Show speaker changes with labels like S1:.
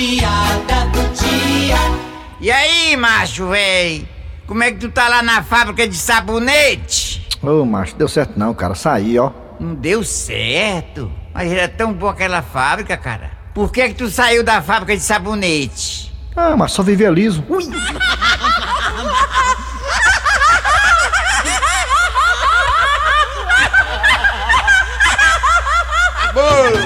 S1: piada do dia.
S2: E aí, macho, véi? Como é que tu tá lá na fábrica de sabonete?
S3: Ô, macho, deu certo não, cara. Saí, ó.
S2: Não deu certo. Mas era tão boa aquela fábrica, cara. Por que é que tu saiu da fábrica de sabonete?
S3: Ah, mas só viver liso.
S2: Ui!